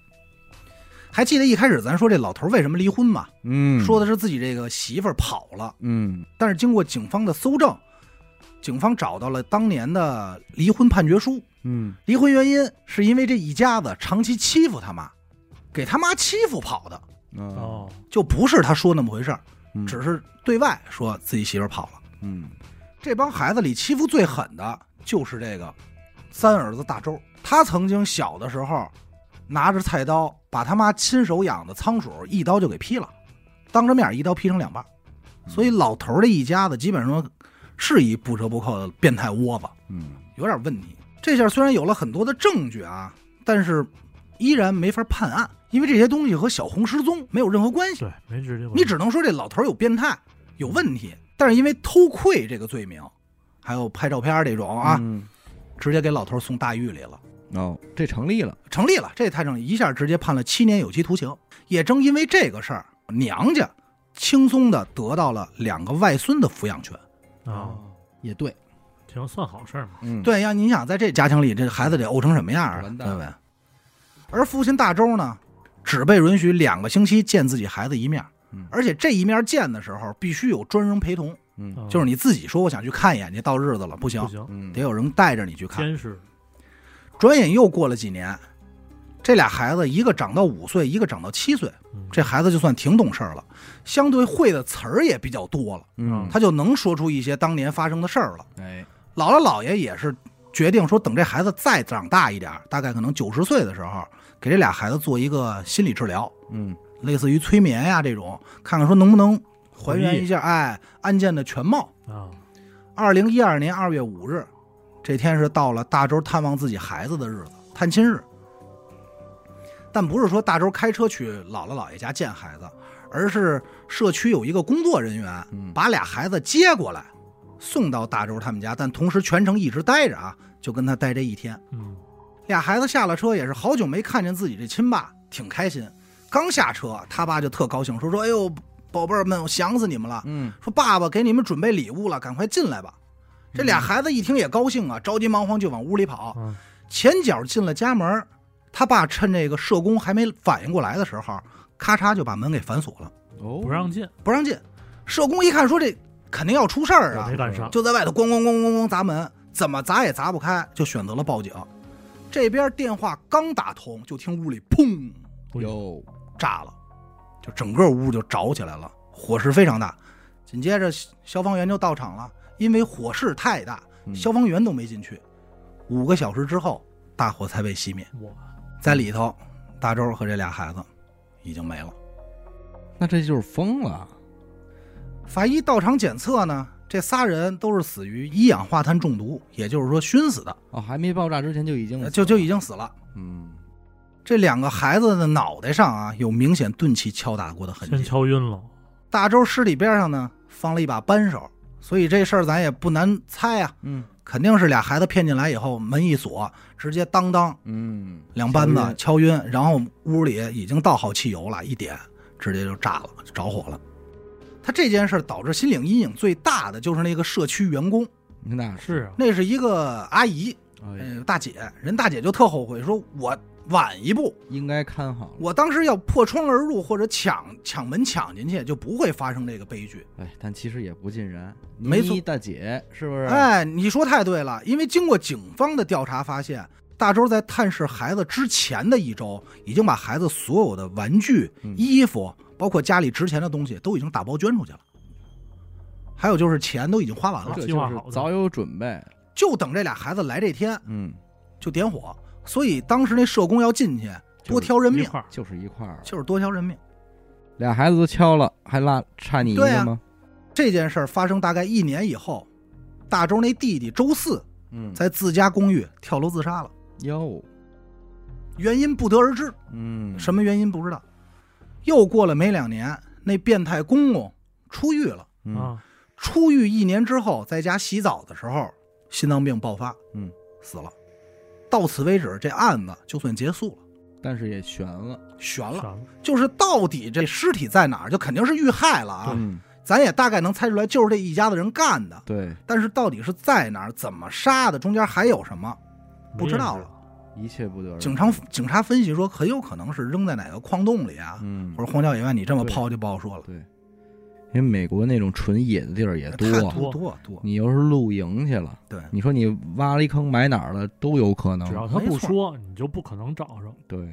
还记得一开始咱说这老头为什么离婚吗？嗯，说的，的是自己这个媳妇儿跑了，嗯但是经过警方的搜证，警方找到了当年的离婚判决书。嗯，离婚原因是因为这一家子长期欺负他妈，给他妈欺负跑的，哦，哦，就不是他说那么回事儿，嗯只是对外说自己媳妇儿跑了。嗯，这帮孩子里欺负最狠的就是这个三儿子大周。他曾经小的时候，拿着菜刀把他妈亲手养的仓鼠一刀就给劈了，当着面一刀劈成两半。所以老头儿这一家子基本上是一不折不扣的变态窝子，嗯，有点问题。这下虽然有了很多的证据啊，但是依然没法判案，因为这些东西和小红失踪没有任何关系。对，没直接关系。你只能说这老头儿有变态，有问题。但是因为偷窥这个罪名，还有拍照片儿这种啊，嗯直接给老头儿送大狱里了，哦，这成立了，成立了。这也太正义，一下直接判了七年有期徒刑。也正因为这个事儿，娘家轻松的得到了两个外孙的抚养权。哦啊，也对，挺算好事儿嘛。嗯，对呀，你想在这家庭里，这孩子得怄成什么样啊？完对蛋不对？而父亲大周呢，只被允许两个星期见自己孩子一面嗯，而且这一面见的时候必须有专人陪同，嗯啊就是你自己说我想去看一眼去，到日子了不行不，行，嗯，哦得有人带着你去看。监视转眼又过了几年，这俩孩子一个长到五岁，一个长到七岁嗯，这孩子就算挺懂事儿了，相对会的词儿也比较多了，嗯，他就能说出一些当年发生的事儿了。哎，姥姥姥爷也是决定说，等这孩子再长大一点儿，大概可能九十岁的时候，给这俩孩子做一个心理治疗，嗯类似于催眠呀这种，看看说能不能还原一下哎案件的全貌。啊，二零一二年二月五日，这天是到了大周探望自己孩子的日子，探亲日。但不是说大周开车去姥姥姥爷家见孩子，而是社区有一个工作人员嗯，把俩孩子接过来，送到大周他们家，但同时全程一直待着啊，就跟他待这一天。嗯，俩孩子下了车也是好久没看见自己这亲爸，挺开心。刚下车，他爸就特高兴，说说：“哎呦，宝贝儿们，我想死你们了。”嗯，说爸爸给你们准备礼物了，赶快进来吧。这俩孩子一听也高兴啊，着急忙慌就往屋里跑。嗯前脚进了家门，他爸趁这个社工还没反应过来的时候，咔嚓就把门给反锁了，哦，不让进，不让进。社工一看说这肯定要出事儿我啊没，赶上。就在外头咣咣咣咣咣砸门，怎么砸也砸不开，就选择了报警。这边电话刚打通，就听屋里砰有，炸了，就整个屋就着起来了，火势非常大。紧接着消防员就到场了，因为火势太大，嗯消防员都没进去。五个小时之后，大火才被熄灭，我在里头，大周和这俩孩子已经没了。那这就是疯了，法医到场检测呢，这仨人都是死于一氧化碳中毒，也就是说熏死的，哦，还没爆炸之前就已经就就已经死了。嗯，这两个孩子的脑袋上啊，有明显钝器敲打过的痕先迹。敲晕了，大周尸体边上呢放了一把扳手，所以这事儿咱也不难猜啊，嗯肯定是俩孩子骗进来以后，门一锁，直接当当嗯，两扳小子啊月敲晕，然后屋里已经倒好汽油了，一点直接就炸了，着火了。他这件事儿导致心理阴影最大的就是那个社区员工，那嗯是啊，那是一个阿姨，哎，呃，大姐，人大姐就特后悔，说我晚一步，应该看好了，我当时要破窗而入或者抢抢门抢进去，就不会发生这个悲剧。哎，但其实也不尽然，没错倪大姐是不是？，哎，你说太对了，因为经过警方的调查发现，大周在探视孩子之前的一周，已经把孩子所有的玩具、嗯衣服，包括家里值钱的东西，都已经打包捐出去了。还有就是钱都已经花完了，这啊计就划是好的早有准备，就等这俩孩子来这天嗯，就点火。所以当时那社工要进去多挑人一命，块儿就是一块儿，就是多挑人命。俩孩子都敲了，还落差你一对个啊吗？这件事儿发生大概一年以后，大周那弟弟周四嗯，在自家公寓跳楼自杀了，哟，原因不得而知。嗯，什么原因不知道。又过了没两年，那变态公公出狱了。嗯啊，出狱一年之后，在家洗澡的时候，心脏病爆发，嗯，死了。到此为止，这案子就算结束了，但是也悬了，悬闪啊了。了，就是到底这尸体在哪儿，就肯定是遇害了啊。嗯，咱也大概能猜出来，就是这一家子人干的。对，但是到底是在哪儿，怎么杀的，中间还有什么，不知道了。嗯一切不得而知，警察警察分析说，很有可能是扔在哪个矿洞里啊，嗯，或者荒郊野外。你这么对抛就不好说了。对，因为美国那种纯野的地儿也太多，啊多多多，你要是露营去了，对你说你挖了一坑埋哪儿了都有可没人知道，只能，要他没不错说，你就不可能找着。对，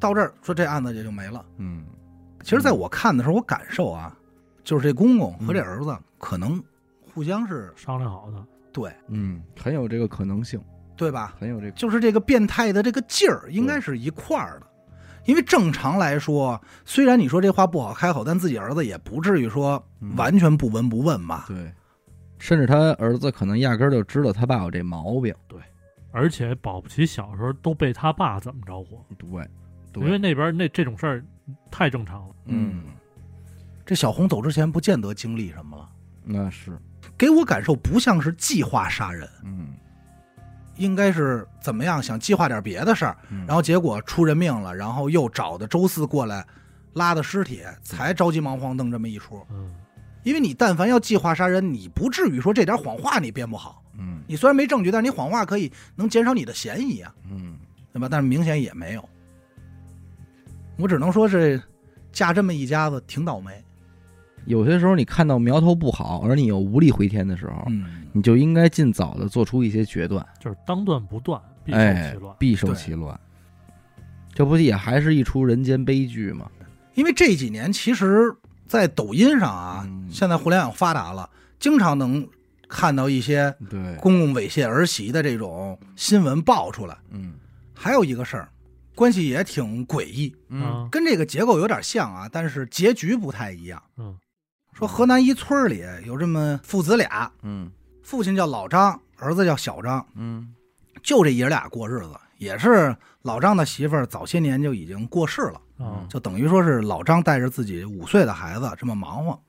到这儿说这案子也就没了。嗯，其实，在我看的时候，我感受啊，就是这公公和这儿子可能互相是商量好的，对嗯，很有这个可能性，对吧？很有这个，就是这个变态的这个劲儿，应该是一块儿的。因为正常来说，虽然你说这话不好开口，但自己儿子也不至于说嗯完全不闻不问吧？对，甚至他儿子可能压根儿就知道他爸有这毛病。而且保不齐小时候都被他爸怎么着过，对，因对，为那边那这种事儿太正常了。嗯，这小红走之前不见得经历什么了，那是，给我感受不像是计划杀人，嗯，应该是怎么样想计划点别的事儿，嗯然后结果出人命了，然后又找的周四过来拉的尸体，才着急忙慌弄这么一出。嗯，因为你但凡要计划杀人，你不至于说这点谎话你编不好。嗯你虽然没证据，但是你谎话可以能减少你的嫌疑啊，嗯，对吧？但是明显也没有。我只能说是嫁这么一家子挺倒霉。有些时候你看到苗头不好，而你又无力回天的时候，嗯，你就应该尽早的做出一些决断，就是当断不断，必受哎其乱，。必受对其乱。这不也还是一出人间悲剧吗？因为这几年其实，在抖音上啊，嗯现在互联网发达了，经常能看到一些对，公共猥亵儿媳的这种新闻爆出来。嗯还有一个事儿，关系也挺诡异，嗯，啊，跟这个结构有点像啊，但是结局不太一样。嗯，说河南一村儿里有这么父子俩，嗯父亲叫老张，儿子叫小张，嗯就这爷俩过日子。也是老张的媳妇儿早些年就已经过世了，啊，就等于说是老张带着自己五岁的孩子这么忙活。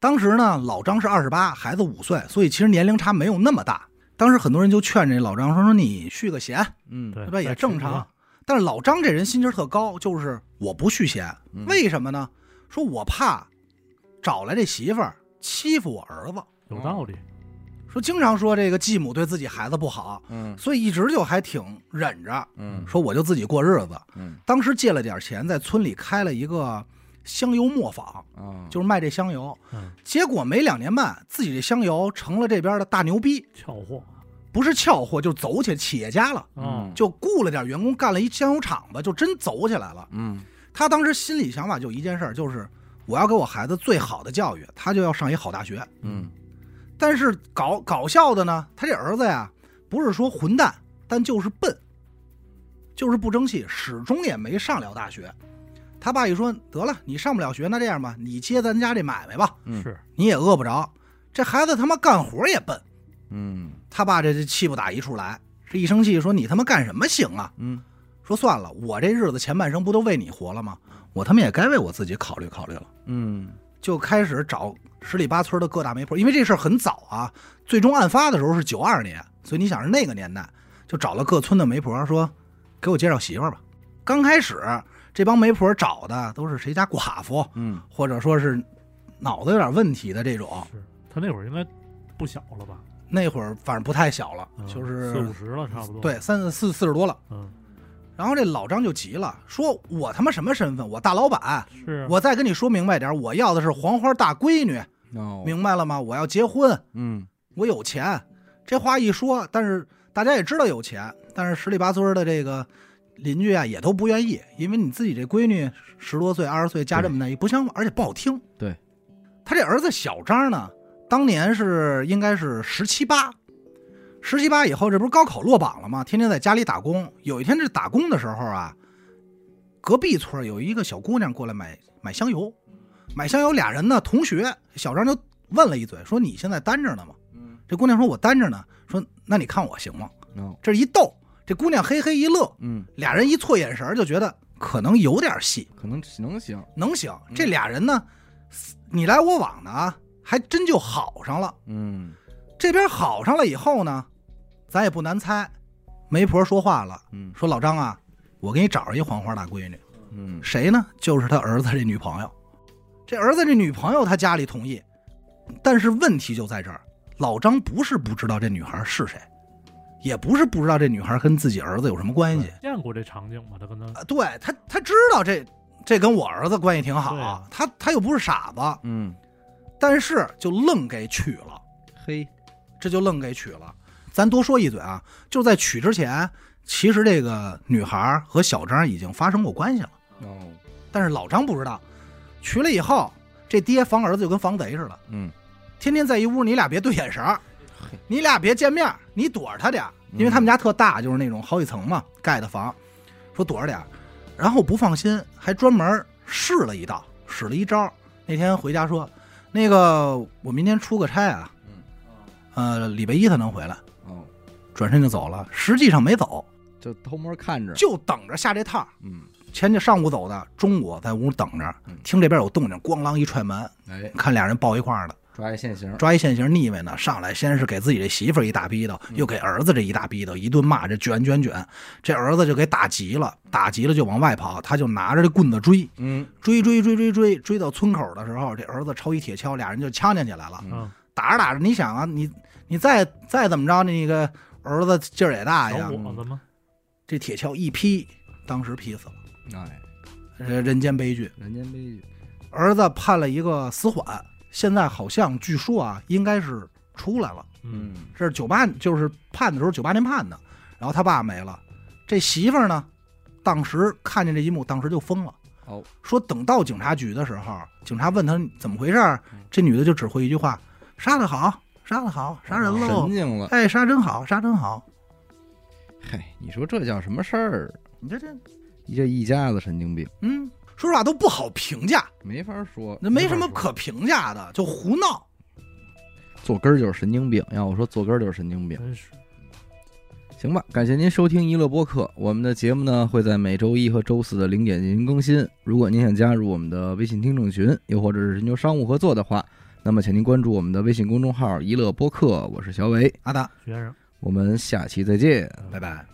当时呢，老张是二十八，孩子五岁，所以其实年龄差没有那么大。当时很多人就劝这老张说：“说你续个弦，嗯，对对吧？也正再吃常吧。但是老张这人心气儿特高，就是我不续弦，嗯为什么呢？说我怕找来这媳妇儿欺负我儿子，有道理。说经常说这个继母对自己孩子不好，嗯所以一直就还挺忍着，嗯说我就自己过日子。嗯当时借了点钱，在村里开了一个香油磨坊，啊，就是卖这香油。嗯，结果没两年半，自己这香油成了这边的大牛逼，俏货不是俏货，就走起企业家了。啊，就雇了点员工，干了一香油厂子，就真走起来了。嗯他当时心里想法就一件事儿，就是我要给我孩子最好的教育，他就要上一好大学。嗯但是搞搞笑的呢，他这儿子呀，不是说混蛋，但就是笨，就是不争气，始终也没上了大学。他爸一说得了，你上不了学，那这样吧，你接咱家这买卖吧，嗯是你也饿不着。这孩子他妈干活也笨，嗯他爸这这气不打一处来，这一生气说你他妈干什么行啊？嗯说算了，我这日子前半生不都为你活了吗？我他妈也该为我自己考虑考虑了。嗯就开始找十里八村的各大媒婆，因为这事儿很早啊，最终案发的时候是九二年，所以你想是那个年代，就找了各村的媒婆说，给我介绍媳妇儿吧。刚开始这帮媒婆找的都是谁家寡妇，嗯或者说是脑子有点问题的这种。是，他那会儿应该不小了吧？那会儿反正不太小了，嗯就是四五十了，差不多。，对三四四十多了。嗯，然后这老张就急了，说我他妈什么身份？我大老板。是啊，我再跟你说明白点儿，我要的是黄花大闺女，哦明白了吗？我要结婚，嗯我有钱，这话一说，但是大家也知道有钱，但是十里八村的这个邻居啊也都不愿意，因为你自己这闺女十多岁、二十岁嫁这么大，也不相，而且不好听。对，他这儿子小张呢，当年是应该是十七八，十七八以后，这不是高考落榜了吗？天天在家里打工。有一天这打工的时候啊，隔壁村有一个小姑娘过来买买香油，买香油俩人呢同学，小张就问了一嘴，说你现在单着呢吗？嗯这姑娘说：“我单着呢。”说：“那你看我行吗哦？”这一逗，这姑娘嘿嘿一乐，嗯，俩人一错眼神儿就觉得可能有点戏，可能能行，能行。嗯这俩人呢，你来我往的啊，还真就好上了。嗯这边好上了以后呢，咱也不难猜，媒婆说话了，嗯说：“老张啊，我给你找着一黄花大闺女，嗯谁呢？就是他儿子这女朋友。这儿子这女朋友他家里同意，但是问题就在这儿，老张不是不知道这女孩是谁，也不是不知道这女孩跟自己儿子有什么关系。见过这场景吗？他跟他啊，对他，他知道这这跟我儿子关系挺好，对啊他他又不是傻子，嗯，但是就愣给娶了，嘿，这就愣给娶了。咱多说一嘴啊，就在娶之前，其实这个女孩和小张已经发生过关系了。哦，但是老张不知道，娶了以后，这爹防儿子就跟防贼似的，嗯天天在一屋，你俩别对眼神儿嘿，你俩别见面儿，你躲着他点儿，嗯因为他们家特大，就是那种好几层嘛盖的房，说躲着点儿。然后不放心，还专门试了一道，使了一招。那天回家说，那个我明天出个差啊，嗯呃，礼拜一他能回来，哦，转身就走了。实际上没走，就偷摸看着，就等着下这趟。嗯，前天上午走的，中午在屋等着嗯，听这边有动静，咣啷一踹门，哎，看俩人抱一块儿的，抓一现行，抓一现行腻歪呢。上来先是给自己这媳妇儿一大逼斗，嗯又给儿子这一大逼斗，一顿骂，这卷卷卷，这儿子就给打急了，打急了就往外跑，他就拿着这棍子追，嗯，追追追追追，追到村口的时候，这儿子抄一铁锹，俩人就呛呛起来了。嗯啊，打着打着，你想啊，你你再再怎么着，那个儿子劲儿也大小哎呀，伙子吗？这铁锹一劈，当时劈死了，哎，呃，人间悲剧。人间悲剧，儿子判了一个死缓，现在好像据说啊，应该是出来了。嗯，这是九八，就是判的时候九八年判的，然后他爸没了，这媳妇儿呢，当时看见这一幕，当时就疯了。哦，说等到警察局的时候，警察问他怎么回事儿嗯，这女的就只会一句话：“杀得好，杀得好，杀人喽神！经了，哎，杀真好，杀真好。嘿，你说这叫什么事儿？”你这这，这一家子神经病，嗯，说实话都不好评价，没法说，那没什么可评价的，就胡闹。坐根儿就是神经病。要我说，坐根儿就是神经病。真是行吧，感谢您收听娱乐播客。我们的节目呢会在每周一和周四的零点进行更新。如果您想加入我们的微信听众群，又或者是寻求商务合作的话，那么请您关注我们的微信公众号“娱乐播客”。我是小伟，阿达，学生。我们下期再见。拜拜。